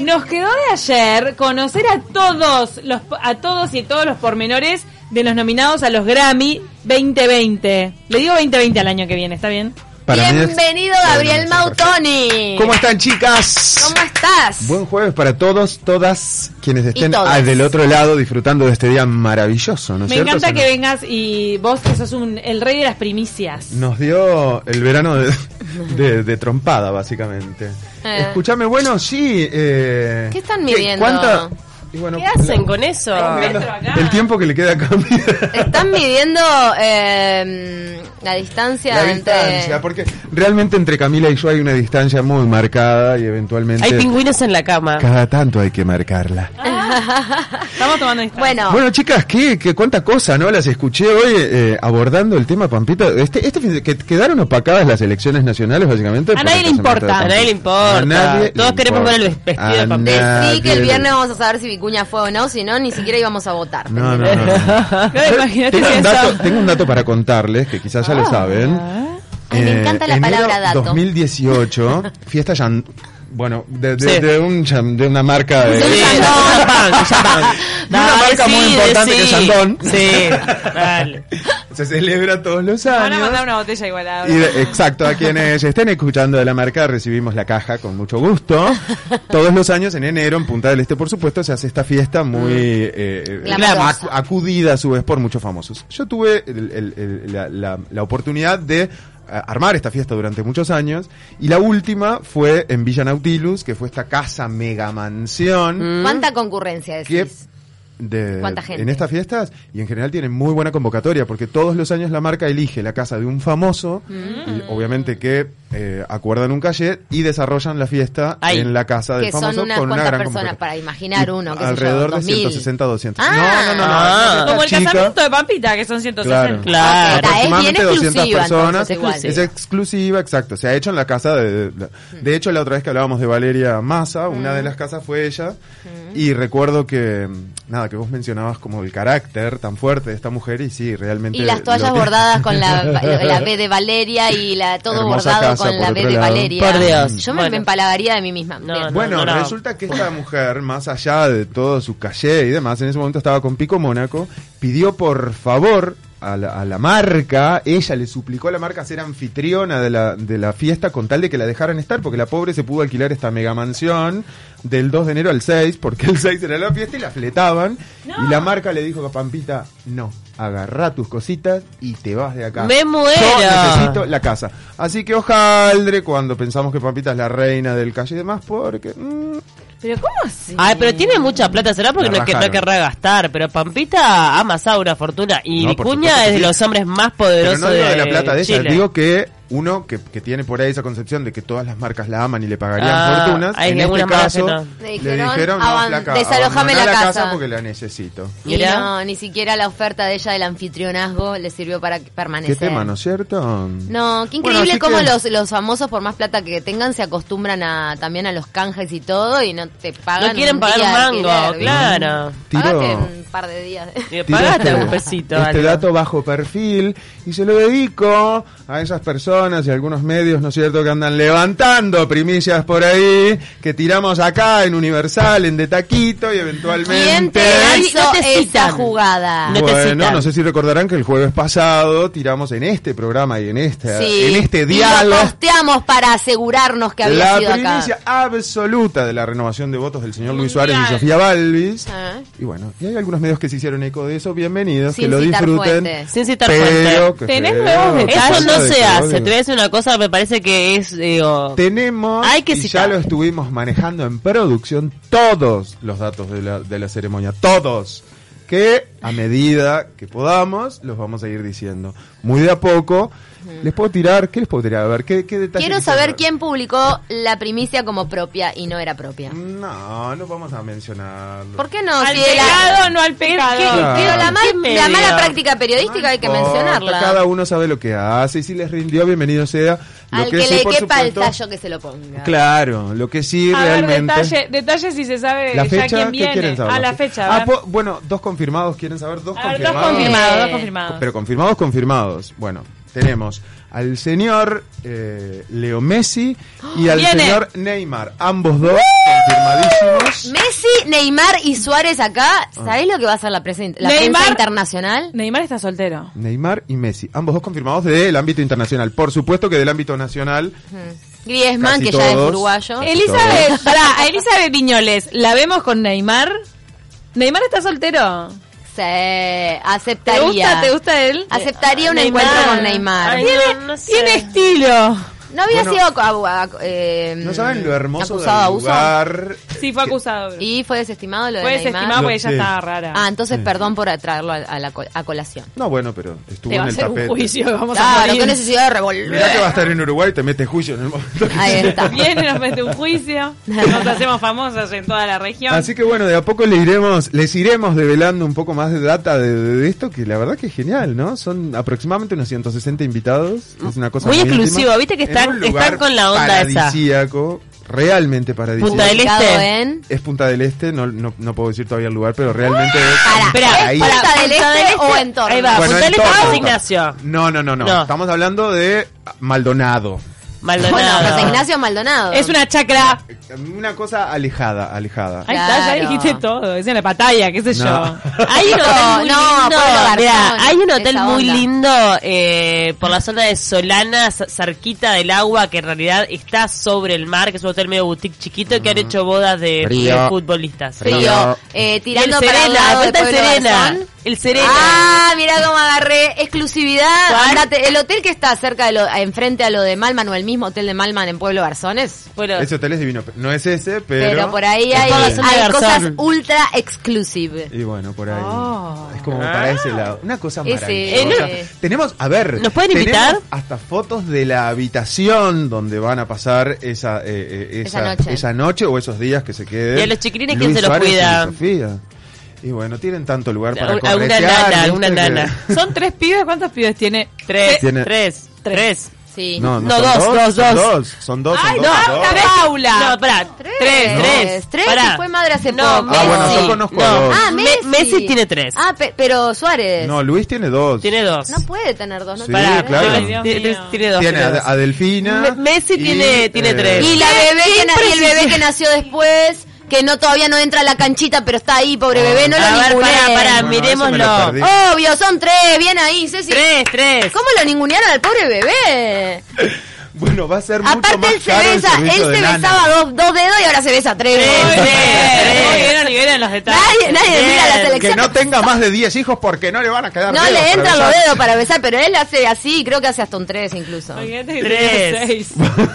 Nos quedó de ayer conocer a todos los a todos y todos los pormenores de los nominados a los Grammy 2020. Le digo 2020 al año que viene, ¿está bien? Para mí es- Bienvenido Gabriel Bueno, está Mautoni. ¿Cómo están, chicas? ¿Cómo estás? Buen jueves para todos, todas quienes estén todas. al del otro lado disfrutando de este día maravilloso, ¿no es Me cierto? encanta Se que vengas y vos que sos un, el rey de las primicias. nos, nos dio el verano de, de- de trompada, básicamente. Eh. Escuchame, bueno, sí. eh, ¿Qué están midiendo? ¿Cuánta? y bueno, ¿Qué hacen la- Ah, con eso? Metro acá. El tiempo que le queda a Camila. Están midiendo eh, la distancia La entre. distancia, porque realmente entre Camila y yo hay una distancia muy marcada y eventualmente Hay pingüinos en la cama. cada tanto hay que marcarla. Estamos tomando distancia. Bueno, Bueno, chicas, qué, qué cuánta cosa, ¿no? Las escuché hoy eh, abordando el tema Pampita. Este, este fin de- que quedaron opacadas las elecciones nacionales, básicamente. A por nadie el le casamiento importa, de a Pampita. nadie le importa. Todos queremos ver el vestido de A Pampita. nadie decí que el le- viernes vamos a saber si Vicuña fue o no, si no, ni siquiera íbamos a votar. No, no, no. no. Claro, imagínate tengo, si un eso- dato, tengo un dato para contarles que quizás ya lo saben. Eh, Ay, me encanta la enero palabra dato. 2018, fiesta yan- Bueno, de, de- Sí. de un yan- de una marca de. Sí, Shandong. Champán, champán. De una Dale, marca muy sí, importante decí. que es Shandong. Sí, dale. Se celebra todos los Me Van a años. mandar una botella igual ahora. Y de- exacto, a quienes estén escuchando de la marca recibimos la caja con mucho gusto. Todos los años en enero en Punta del Este, por supuesto, se hace esta fiesta muy eh, Glamurosa. acu- acudida a su vez por muchos famosos. Yo tuve el- el- el- la, la- la oportunidad de eh, armar esta fiesta durante muchos años y la última fue en Villa Nautilus, que fue esta casa mega mansión ¿Cuánta concurrencia que decís? de- ¿Cuánta gente? en estas fiestas y en general tienen muy buena convocatoria porque todos los años la marca elige la casa de un famoso, Mm. y obviamente que eh, acuerdan un calle y desarrollan la fiesta Ay. en la casa del Que son famoso unas con una cuantas gran personas convocatoria. para imaginar Y uno, qué sé yo, alrededor de 2000. 160 200. Ah. no, no, no, no. Ah. esta Como el chica- casamiento de Pampita, que son 160. Claro. Ah, Claro. es bien aproximadamente 200 exclusiva, personas. entonces, igual. Mm. Es exclusiva, exacto. Se ha hecho en la casa de... De, de hecho, la otra vez que hablábamos de Valeria Massa, una de las casas fue ella. Mm. Y recuerdo que, nada, que vos mencionabas como el carácter tan fuerte de esta mujer y sí, realmente... Y las toallas lo tiene. bordadas con la, la B de Valeria y la todo Hermosa bordado casa, con la por B otro de lado. Valeria. Por Dios. Yo me, Bueno. me empalagaría de mí misma. No, Bien. no. Bueno, resulta que esta mujer, más allá de todo su calle y demás, en ese momento estaba con Pico Mónaco, pidió por favor a la, a la marca, ella le suplicó a la marca ser anfitriona de la, de la fiesta con tal de que la dejaran estar, porque la pobre se pudo alquilar esta mega mansión del 2 de enero al 6, porque el 6 era la fiesta y la fletaban. Y la marca le dijo a Pampita, no, agarrá tus cositas y te vas de acá. Me muero. Yo necesito la casa. Así que hojaldre cuando pensamos que Pampita es la reina del calle y demás, porque... mm, Pero ¿cómo así? Ay, pero tiene mucha plata, será porque La no es que no rajaron. querrá gastar, pero Pampita ha amasado una fortuna y No, por Vicuña supuesto es que de sí. los hombres más Pero poderosos no digo de la plata de ella, Chile. digo que uno que, que tiene por ahí esa concepción de que todas las marcas la aman y le pagarían Ah, fortunas, en hay este algunas marcas caso que no. Le le dijeron, dijeron, "Aban- no, flaca, desalojame abandoná la la casa". casa porque la necesito. Y Mirá. no, ni siquiera la oferta de ella del anfitrionazgo le sirvió para que- permanecer. Qué tema, ¿no es cierto? No, qué Bueno, increíble así cómo que- los, los famosos, por más plata que tengan, se acostumbran a, también a los canjes y todo y no te pagan. No quieren un pagar día un de mango, alquiler, ¿viste? claro. Tiro- Pagate un par de días. Digo, Tiro Pagate este- Eh, un pesito. Este algo. dato bajo perfil y se lo dedico a esas personas y a algunos medios, ¿no es cierto?, que andan levantando primicias por ahí, que tiramos acá en Universal, en De Taquito y ¿Quién eventualmente... te Ay, hizo no te esa citan. jugada? No te Bueno, citan. no sé si recordarán que el jueves pasado tiramos en este programa y en este, Sí. en este Y lo diálogo posteamos para asegurarnos que había la sido acá. primicia absoluta de la renovación de votos del señor Luis Mundial. Suárez y Sofía Balvis. Ah. Y bueno, y hay algunos medios que se hicieron eco de eso, bienvenidos, Sin que lo citar disfruten. fuentes. Sin citar Pero, fuentes. que Tenés feo, nuevos qué detalles. Eso falta no de este se hace. Te voy a criterio. decir una cosa, me parece que es, digo... Tenemos, Hay que y ya citar. lo estuvimos manejando en producción, todos los datos de la, de la ceremonia, todos, que a medida que podamos los vamos a ir diciendo. Muy de a poco, les puedo tirar, ¿qué les puedo tirar? A ver, ¿qué, qué detalles Quiero quisieran saber ver? quién publicó la primicia como propia y no era propia. No, no vamos a mencionar. ¿Por qué no? al Si era- pecado, no al pecado. qué- Pero la, mal- ¿Qué la medio? mala práctica periodística hay que No importa, mencionarla. Cada uno sabe lo que hace y si les rindió, bienvenido sea. Lo Al que, sí, le por quepa el supuesto- tallo que se lo ponga. Claro, lo que sí A ver, realmente. detalle, detalle si se sabe Eh, ya La fecha, quién ¿qué viene. quieren saber? A la fecha, a Ah, ver. po- bueno, dos confirmados, ¿quieren saber? Dos A ver, dos confirmados. confirmados, dos Eh, confirmados. Pero confirmados, confirmados. Bueno, tenemos al señor eh, Leo Messi y al Viene. señor Neymar. Ambos dos confirmadísimos. Messi, Neymar y Suárez acá, ¿sabéis lo que va a ser la, presen- la Neymar- prensa internacional? Neymar está soltero. Neymar y Messi, ambos dos confirmados del ámbito internacional. Por supuesto que del ámbito nacional, Mm. Griezmann, Casi que ya es todos. uruguayo. El- Elizabeth, pará, a Elizabeth Viñoles, ¿la vemos con Neymar? ¿Neymar está soltero? Se ¿Te aceptaría. gusta, ¿Te gusta él? Aceptaría un Neymar. encuentro con Neymar. Ay, Tiene, no, no sé. tiene estilo. No había Bueno, sido acu- acu- acu- eh, no saben lo hermoso del acusado de abuso. lugar. Sí, fue acusado. Y fue desestimado lo de Fue Neymar. desestimado porque Lo- ella sí. estaba rara. Ah, entonces Sí. perdón por traerlo a, a la col- a colación. No, bueno, pero estuvo Te va a en el hacer un tapete. juicio, vamos a Claro, morir. qué necesidad Mirá de que va a revolver. estar en Uruguay y te mete juicio en el momento que Ahí está. Viene, nos mete un juicio. Nos hacemos famosas en toda la región. Así que bueno, de a poco le iremos, les iremos develando un poco más de data de, de esto, que la verdad que es genial, ¿no? Son aproximadamente unos 160 invitados, es una cosa Mm. Muy íntima. exclusivo, viste que En están- un lugar están con la onda esa. paradisíaco, realmente paradisíaco. Punta del Este. en... Es Punta del Este, no, no, no puedo decir todavía el lugar, pero realmente es... Espera, ahí. Punta pará, del Este o en torno. Ahí va, Bueno, Punta del en Este todo. o San Ignacio. No, no, no, no, No. estamos hablando de Maldonado. Maldonado. Bueno, pero San Ignacio Maldonado. Es una chacra. Una cosa alejada, alejada. Ahí está, ya Claro. dijiste todo. Es en la batalla, qué sé No. yo. Hay un hotel muy No, lindo, Pueblo Garzón, mirá, hay un hotel esa muy onda. lindo eh, por la zona de Solana, cer- cerquita del agua, que en realidad está sobre el mar, que es un hotel medio boutique chiquito, que han hecho bodas de, Frío. de futbolistas. frío. Eh, tirando el para el Serena, lado de falta el Pueblo Serena. Garzón. El Serena. Ah, mira cómo agarré. Exclusividad. ¿Cuál? Andate. El hotel que está cerca, de lo, enfrente a lo de Malman o el mismo hotel de Malman en Pueblo Garzones. Bueno, Ese hotel es divino, no es ese, pero... Pero, por ahí Es hay, por la zona de hay Garzón. cosas ultra exclusive. Y bueno, por ahí. Oh. Es como para ese lado. Ah. Una cosa Ese. maravillosa. Eh, no. Tenemos, a ver. ¿Nos pueden tenemos invitar? Hasta fotos de la habitación donde van a pasar esa, eh, eh, Esa esa, esa, noche. noche. o esos días que se queden. ¿Y a los chiquilines Luis quién se los Suárez y cuida? Sofía. Y bueno, tienen tanto lugar para Alguna corretear, nana, ¿viste? alguna Que- nana. Son tres pibes, ¿cuántos pibes tiene? tres, Tiene- tres, tres. Sí. No, no, No, son dos, dos, son dos. Son dos, son Ay, dos, no, son dos. Ah, tres. Paula. No, pará. Tres. Tres. Tres. Tres, Pará. y fue madre hace No, poco. Messi. Ah, bueno, yo conozco a dos. Ah, Me- Messi. Messi tiene tres. Ah, pe- pero Suárez. No, Luis tiene dos. Tiene dos. No puede tener dos. No Sí, tiene Pará. tres. claro. Tiene- Ay, Dios tiene- mío. Tiene dos. Tiene tiene a, dos. a Delfina. eh, Me- Messi tiene- tiene tres. Y la bebé que na- y el bebé que nació después, que no todavía no entra a la canchita, pero está ahí, Ah, pobre bebé, no lo A ver, ninguneé. pará, pará, Bueno, eso me lo miremoslo. perdí. Obvio, son tres, bien ahí, Ceci. Tres, tres. ¿Cómo lo ningunearon al pobre bebé? Bueno, va a ser mucho Aparte más él se caro el besa, él servicio de se nana. besaba dos, dos dedos y ahora se besa tres. Tres, Muy Ay, tres. bien, muy bien, Olivera, en los detalles. Nadie, nadie mira la Bien. Que selección. no tenga más de 10 hijos porque no le van a quedar No dedos le para entran los besar. dedos pues, para besar, pero él hace así, creo que hace hasta un tres incluso. Imagínate que Tres. tiene seis.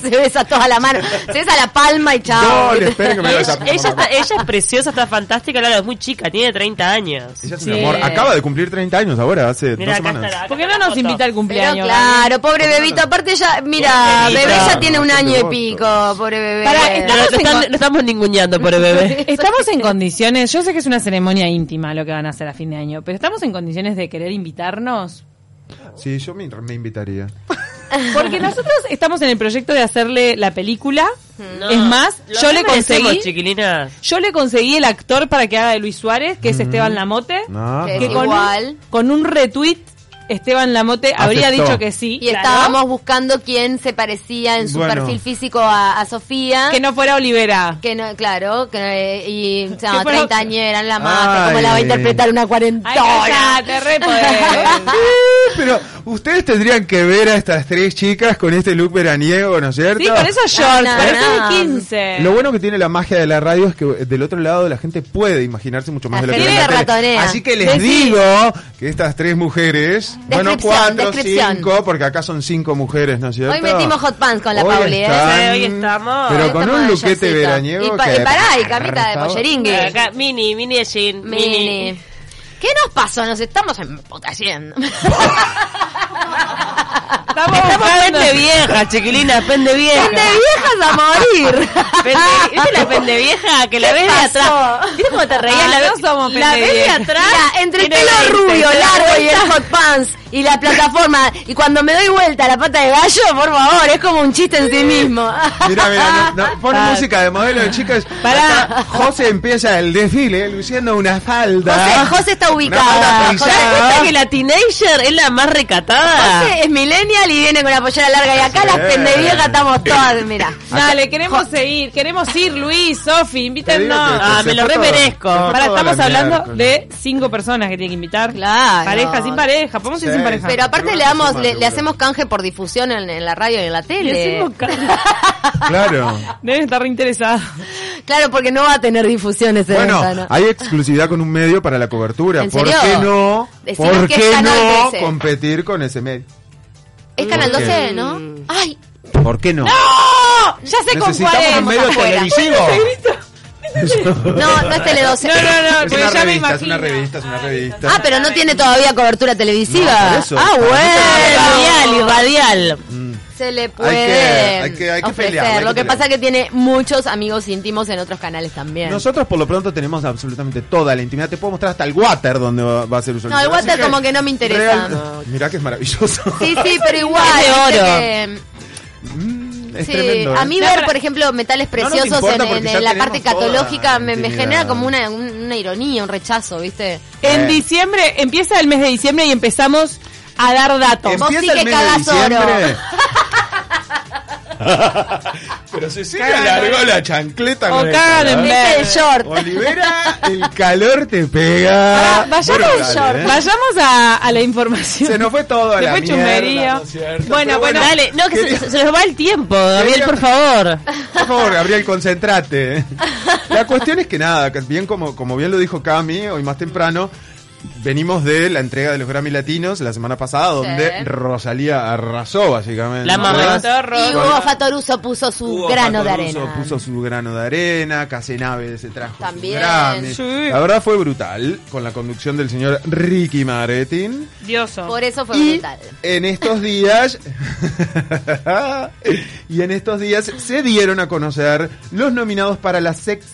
se besa toda la mano, se besa la palma y chao. No, le esperen que me lo Ella, está- ella es preciosa, está fantástica, claro, es muy chica, tiene 30 años. Ella es Sí. un amor. Acaba de cumplir 30 años ahora, hace Mirá, dos acá semanas. está la- ¿Por qué no nos foto. invita al Pero cumpleaños? Gaby? claro, pobre bebito, aparte ya, mira, Pobrecita. bebé ya tiene un Bastante año y voto. pico, pobre bebé. Pará, No, no, estamos lo en están- con- lo estamos ninguneando por el bebé. Estamos en condiciones, yo sé que es una ceremonia íntima lo que van a hacer a fin de año, pero estamos en condiciones de querer invitarnos. Sí, yo me, me invitaría. Porque nosotros estamos en el proyecto de hacerle la película. No. es más, Lo yo le merecemos, conseguí chiquilinas. yo le conseguí el actor para que haga de Luis Suárez, que es Esteban Lamote. Mm. No, ¿Qué? Que no. con, Igual. con un retweet, Esteban Lamote habría Aceptó. dicho que sí. Y claro, estábamos buscando quién se parecía en su Bueno. perfil físico a, a Sofía. Que no fuera Olivera. Que no, claro, que no, eh, y o sea, Que fuera- treintañera en la mata, Ay. ¿cómo la va a interpretar una Ay, cuarentona? callate, re podés. Sí, Pero ustedes tendrían que ver a estas tres chicas con este look veraniego, ¿no es cierto? Sí, con esos shorts, Ah, No, no, parece no. de Eh. 15. Lo bueno que tiene la magia de la radio es que eh, del otro lado la gente puede imaginarse mucho más de lo que La ve en la gente tele. ratonea. Así que les Decí. digo que estas tres mujeres, bueno, Descripción, cuatro, descripción. cinco, porque acá son cinco mujeres, ¿no es cierto? Hoy metimos hot pants con la Hoy Pauli, ¿eh? están- Sí, hoy estamos. Pero Hoy con estamos un de luquete shortcito. veraniego Y, pa- que- y pará, y camita de Estaba- polleringue. Acá, mini, mini de jean, mini. Mini. ¿Qué nos pasó? Nos estamos empotallando. Estamos Estamos buscando- pende vieja, chiquilinas, pende vieja. ¡Gente viejas a morir! decir. Pende, ¿Viste la pendevieja que la ves de pasó? atrás? ¿Viste cómo te reías? la Ah, ves, no somos la ves de pendevieja. atrás. Mira, entre el tiene pelo 20, rubio, pero largo y el vuelta. hot pants y la plataforma, y cuando me doy vuelta a la pata de gallo, por favor, es como un chiste en sí mismo. Mira, mira, no, no, pon Ah. música de modelo de chicas. Pará. Acá José empieza el desfile luciendo una falda. José, José está ubicado. falda ¿Te das Ya. cuenta que la teenager es la más recatada? José es millennial y viene con la pollera larga y acá Sí. las pendeviejas estamos todas, mira. Dale, queremos seguir, queremos ir, Luis, Sofi, Te digo invítennos. que- que Ah, Ah, se me lo fue todo- remerezco. se fue Ahora todo a la estamos hablando miércoles. de cinco personas que tienen que invitar. Claro. Pareja, sin pareja. Podemos ir Sí. sin pareja. Pero aparte Pero le no damos, le, suma, le seguro. hacemos canje por difusión en, en la radio y en la Y tele. hacemos ca- Claro. Deben estar reinteresados. Claro, porque no va a tener difusión ese Bueno, evento, ¿no? hay exclusividad con un medio para la cobertura. ¿En ¿Por serio? qué no? Decinos ¿Por qué qué canal no dice. competir con ese medio? Es Canal ¿Por qué? 12, ¿no? Ay, ¿Por qué no? ¡No! Ya sé con cuál Necesitamos es. un medio afuera. televisivo. no, no es Tele 12. No, no, no, Es porque una ya me revista, es imagino. una revista, es una revista. Ah, pero no tiene todavía cobertura televisiva. No, por eso. Ah, Radial y bueno. radial. Se le puede Hay que- hay que- hay que ofrecer. pelearla, hay que Lo que pelearla. pasa es que tiene muchos amigos íntimos en otros canales también. Nosotros por lo pronto tenemos absolutamente toda la intimidad. Te puedo mostrar hasta el water donde va va a ser usuario. No, el Así water como que no me interesa. Mirá que es maravilloso. Sí, sí, pero igual. Es de viste oro. que- Mm, es sí, tremendo. ¿eh? a mí No, ver, pero- por ejemplo, metales nos preciosos importa en- porque en, ya la tenemos parte toda catológica la me, me intimidad. genera como una, un- una ironía, un rechazo, ¿viste? En Eh. diciembre, empieza el mes de diciembre y empezamos a dar datos. Em- vos sí Empieza que el mes de cagás oro. diciembre. Pero Cecilia largó la chancleta O con el cagan en calor. vez. Viste Este el short. Olivera, el calor te pega. Pará, Ah, vayamos, Ah, Bueno, dale, ¿eh? vayamos a, a la información. Se nos fue todo a Se la fue chusmería. mierda, ¿no es cierto? Bueno, Pero bueno, Dale, no, que Quería- se, se nos va el tiempo, Gabriel, Quería- por favor. Por favor, Gabriel, concentrate. La cuestión es que nada, que bien como, como bien lo dijo Cami hoy más temprano, venimos de la entrega de los Grammy Latinos la semana pasada, Sí. donde Rosalía arrasó básicamente. La mamá ¿verdad? de Torro. Y Hugo Fatoruso puso su Hugo grano de Fatoruso arena. Puso su grano de arena, Casenave se trajo. su También. Grammy. Sí. La verdad fue brutal, con la conducción del señor Ricky Maretin. Dioso. Por eso fue Y brutal. en estos días. y en estos días se dieron a conocer los nominados para la sex.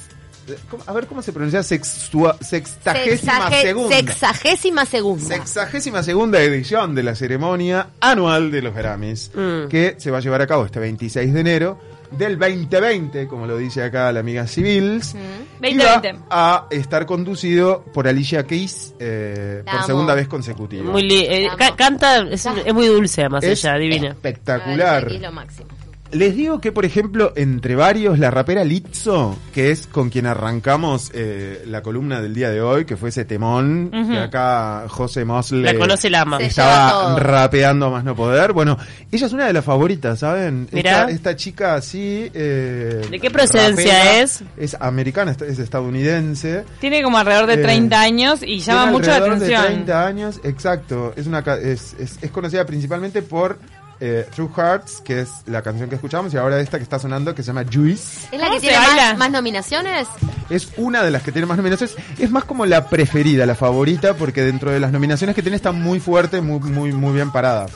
¿cómo- A ver cómo se pronuncia sextua- sextagésima Sexaje- segunda. sexagésima segunda. Sexagésima segunda edición de la ceremonia anual de los Grammys, Mm. que se va a llevar a cabo este 26 de enero del 2020, como lo dice acá la amiga Civils. Mm. y va 2020. a estar conducido por Alicia Keys eh, La por amo. segunda vez consecutiva. Muy li- eh, Amo. ca- canta, es, un- es muy dulce además es ella, divina. espectacular. Aquí lo máximo. Les digo que, por ejemplo, entre varios, la rapera Litzo, que es con quien arrancamos eh, la columna del día de hoy, que fue ese temón, Ujú. que acá José Mosley La conoce la ama. Sí. lleva estaba todo. rapeando a más no poder. Bueno, ella es una de las favoritas, ¿saben? Mirá. Esta, esta chica así... eh, ¿De qué procedencia rapera, es? Es americana, est- es estadounidense. Tiene como alrededor de Eh, 30 años y llama Tiene mucho la alrededor atención. De 30 años, exacto. Es, una, ca- es, es, es conocida principalmente por eh, True Hearts, que es la canción que escuchamos, y ahora esta que está sonando, que se llama Juice. ¿Es la ¿Cómo que se tiene baila? más, más nominaciones? Es una de las que tiene más nominaciones. Es más como la preferida, la favorita, porque dentro de las nominaciones que tiene está muy fuerte, muy, muy, muy bien parada.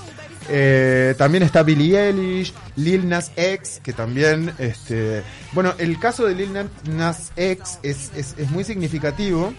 Eh, también está Billie Eilish, Lil Nas X, que también, este, bueno, el caso de Lil Nas- Nas X es, es, es muy significativo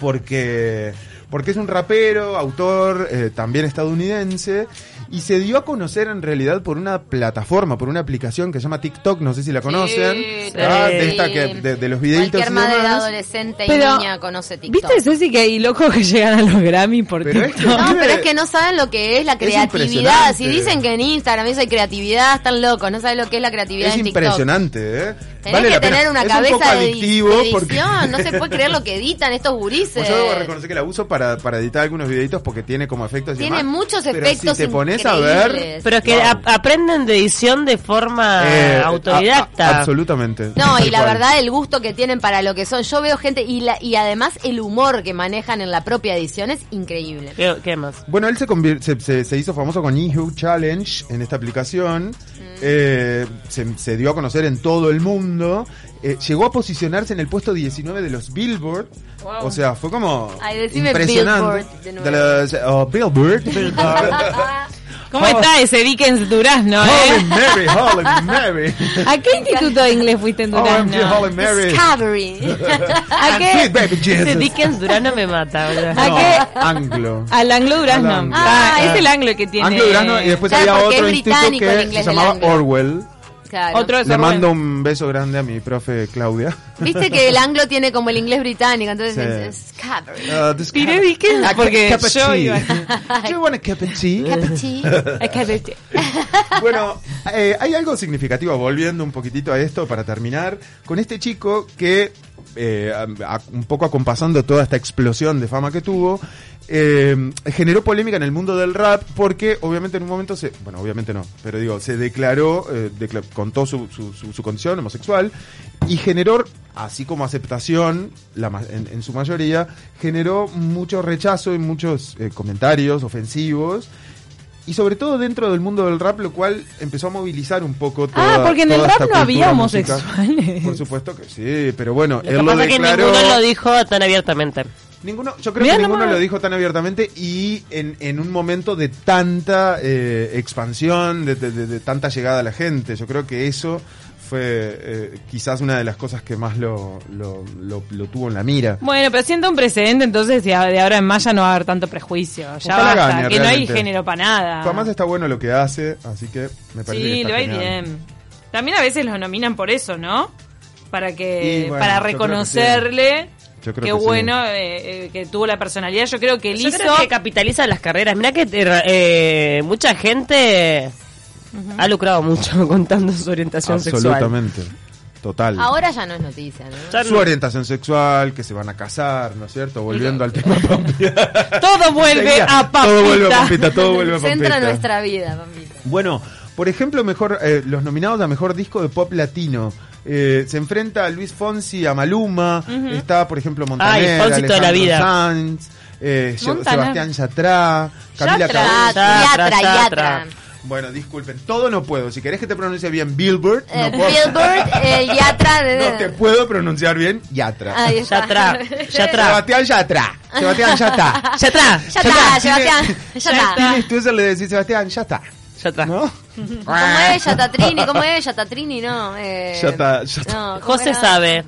porque porque es un rapero, autor, eh, también estadounidense, y se dio a conocer en realidad por una plataforma, por una aplicación que se llama TikTok, no sé si la conocen, Sí, ¿verdad? sí. de esta que de, de los videitos y Cualquier madre demás. adolescente Pero, y niña conoce TikTok. ¿Viste, Ceci, que y loco que llegan a los Grammy por Pero este es que- TikTok? No, Vive- pero es que no saben lo que es la creatividad. impresionante. Si dicen que en Instagram eso hay creatividad, están locos. No saben lo que es la creatividad Es en TikTok. impresionante, ¿eh? Tenés Vale que la pena. tener una es cabeza un poco de, adictivo de edición. porque No se puede creer lo que editan estos gurises. Pues yo debo reconocer que la uso para, para editar algunos videitos porque tiene como efectos y Tiene demás. muchos Pero efectos si te pones a ver... increíbles. Pero es que Wow. ap- aprenden de edición de forma eh, autodidacta. a- a- absolutamente. No, y Tal la cual. verdad el gusto que tienen para lo que son. Yo veo gente y, la, y además el humor que manejan en la propia edición es increíble. ¿Qué, qué más? Bueno, él se, convier- se, se- se hizo famoso con Ihu Challenge en esta aplicación. Mm. Eh, se, se dio a conocer en todo el mundo. Eh, llegó a posicionarse en el puesto 19 de los Billboard. O sea, fue como Ay, decime impresionante. Billboard de los oh, Billboard. ¿Cómo está ese Dickens Durazno, Holy eh? Mary, Holy Mary. ¿A qué instituto de inglés fuiste en OMG, Durazno? Holy Mary. Discovery. ¿A Sweet qué? baby Ese Jesus. Dickens Durano me mata, boludo. ¿A No, qué? Anglo. Al Anglo Al Durazno. Anglo. Ah, Ah, es el Anglo que tiene. Anglo Durazno y después Claro, había porque otro es instituto británico el que inglés se del llamaba Anglo. Orwell. Claro. Otro es Le Orwell. mando un beso grande a mi profe Claudia. Viste que el anglo tiene como el inglés británico, entonces Sí. es Discovery. Ah, this- Tiré Dickens Ah, porque cup of yo tea. iba. Do you want a cup of tea? Capichi. Es este. que- Bueno, eh, hay algo significativo, volviendo un poquitito a esto para terminar, con este chico que, eh, a- a- un poco acompasando toda esta explosión de fama que tuvo, eh, generó polémica en el mundo del rap porque obviamente en un momento se, bueno, obviamente no, pero digo, se declaró, eh, decla- contó su, su- su- su condición homosexual y generó, así como aceptación, la ma- en, en su mayoría, generó mucho rechazo y muchos eh, comentarios ofensivos. Y sobre todo dentro del mundo del rap, lo cual empezó a movilizar un poco toda, Ah, porque en el toda rap esta no había cultura musical. homosexuales. Por supuesto que sí, pero bueno, Lo él que lo pasa es que declaró. ninguno lo dijo tan abiertamente. Ninguno- yo creo Mirá que ninguno nomás. lo dijo tan abiertamente y en, en un momento de tanta eh, expansión, de, de- de- de tanta llegada a la gente. Yo creo que eso fue eh, quizás una de las cosas que más lo, lo, lo- lo tuvo en la mira. Bueno, pero siento un precedente, entonces de a- de ahora en más ya no va a haber tanto prejuicio. Ya Ojalá basta, gane, que realmente. no hay género para nada. Además está bueno lo que hace, así que me parece que Sí, está le va a ir genial. bien. También a veces los nominan por eso, ¿no? Para que Y bueno, para yo creo que reconocerle Yo creo que, que sí. bueno eh, eh, que tuvo la personalidad. Yo creo que él Yo hizo creo que capitaliza las carreras. Mira que eh, mucha gente ha lucrado mucho contando su orientación sexual. Absolutamente. Total. Ahora ya no es noticia, ¿no? Ya su no- orientación sexual, que se van a casar, ¿no es cierto? Volviendo al tema Pampita. todo vuelve a papita. Todo vuelve a Pampita, todo vuelve a Centra Pampita. nuestra vida, papito. Bueno, por ejemplo, mejor eh, los nominados a mejor disco de pop latino. Eh, se enfrenta a Luis Fonsi, a Maluma, está por ejemplo Montaner, Ay, Fonsi toda la Alejandro vida. Sanz, eh, Se- Montaner. Sebastián Yatrá, Camila Yatra. Cabello. Yatra, Yatra, yatra, yatra. yatra. Bueno, disculpen, todo no puedo. Si querés que te pronuncie bien Billboard, no Eh, puedo. Billboard, eh. el yatra de... No te puedo pronunciar bien Yatra. Ahí está. Yatra, Yatra, Sebastián Yatra. Sebastián Yatra. Yatra, Ya está, Ya está. Sebastián. Ya está. Tienes tú se le decís Sebastián Yatra, Yatra. ¿no? ¿Cómo es Yatatrini? ¿Cómo es Yatatrini? No. Eh, Yata- Yata. no, ¿cómo José era? sabe.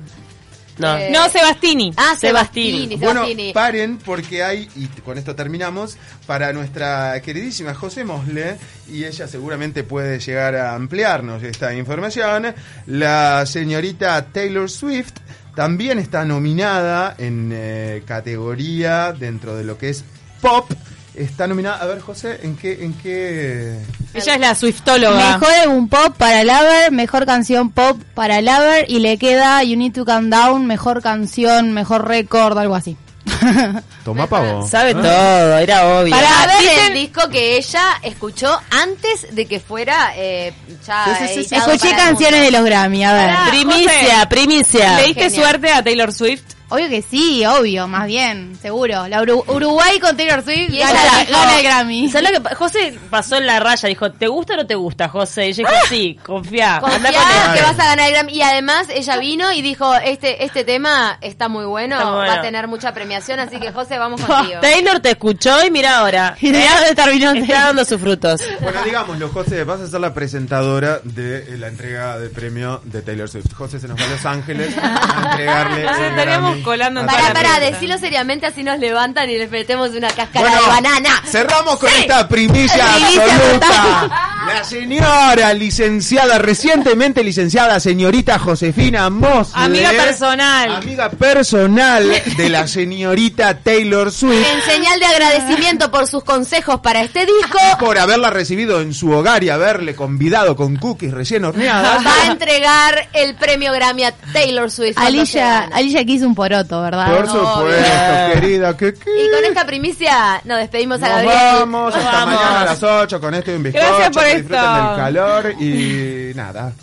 No. Eh, No, Sebastini. Ah, Sebastini. Sebastini. Bueno, Sebastini. paren porque hay, y t- con esto terminamos, para nuestra queridísima José Mosle, y ella seguramente puede llegar a ampliarnos esta información, la señorita Taylor Swift también está nominada en eh, categoría dentro de lo que es pop. Está nominada, a ver José, ¿en qué, en qué Ella es la swiftóloga. Mejor álbum pop para Lover, mejor canción pop para Lover y le queda You Need to Calm Down, mejor canción, mejor récord, algo así. toma pavo? Sabe todo, era obvio. Para Pará, ver dicen- el disco que ella escuchó antes de que fuera eh, ya Sí, sí, sí, sí. editado Escuché para el canciones de los Grammy, a ver. Pará. Primicia, José. primicia. ¿Le diste Genial. suerte a Taylor Swift? Obvio que sí, obvio, más bien, seguro. La Uru- Uruguay con Taylor Swift Y gana, ella la- dijo- gana el Grammy. ¿Sabes lo que pa- José pasó en la raya, dijo, ¿te gusta o no te gusta, José? Y yo dije, sí, confía. mundo. Andá Confiá él. que vas a ganar el Grammy. Y además ella vino y dijo, este este tema está muy bueno, Está muy bueno. va a tener mucha premiación, así que José, vamos con contigo. él. Taylor te escuchó y mira ahora. ¿Eh? Y mirá dónde terminó Está Taylor. dando sus frutos. Bueno, digámoslo, José, vas a ser la presentadora de eh, la entrega de premio de Taylor Swift. José se nos va a Los Ángeles a entregarle. Nos el estaríamos Grammy colando en a toda la Pará, Taylor pará, pregunta. Swift. decilo seriamente así nos levantan y les metemos una cáscara Bueno, de banana. cerramos con esta primicia Primicia absoluta. La señora licenciada, recientemente licenciada, señorita Josefina Mosley. Amiga personal. Amiga personal de la señorita Taylor Swift. En señal de agradecimiento por sus consejos para este disco, Por haberla recibido en su hogar y haberle convidado con cookies recién horneadas. va a entregar el premio Grammy a Taylor Swift. cuando Alicia, se gane. Alicia quiso un poroto, ¿verdad? Por Ah, No. supuesto, querida. Que, que- Y con esta primicia nos despedimos a Nos Gabriel. vamos, Nos hasta vamos. mañana a las 8 con esto y un bizcocho. Gracias por que disfruten esto. del calor y nada.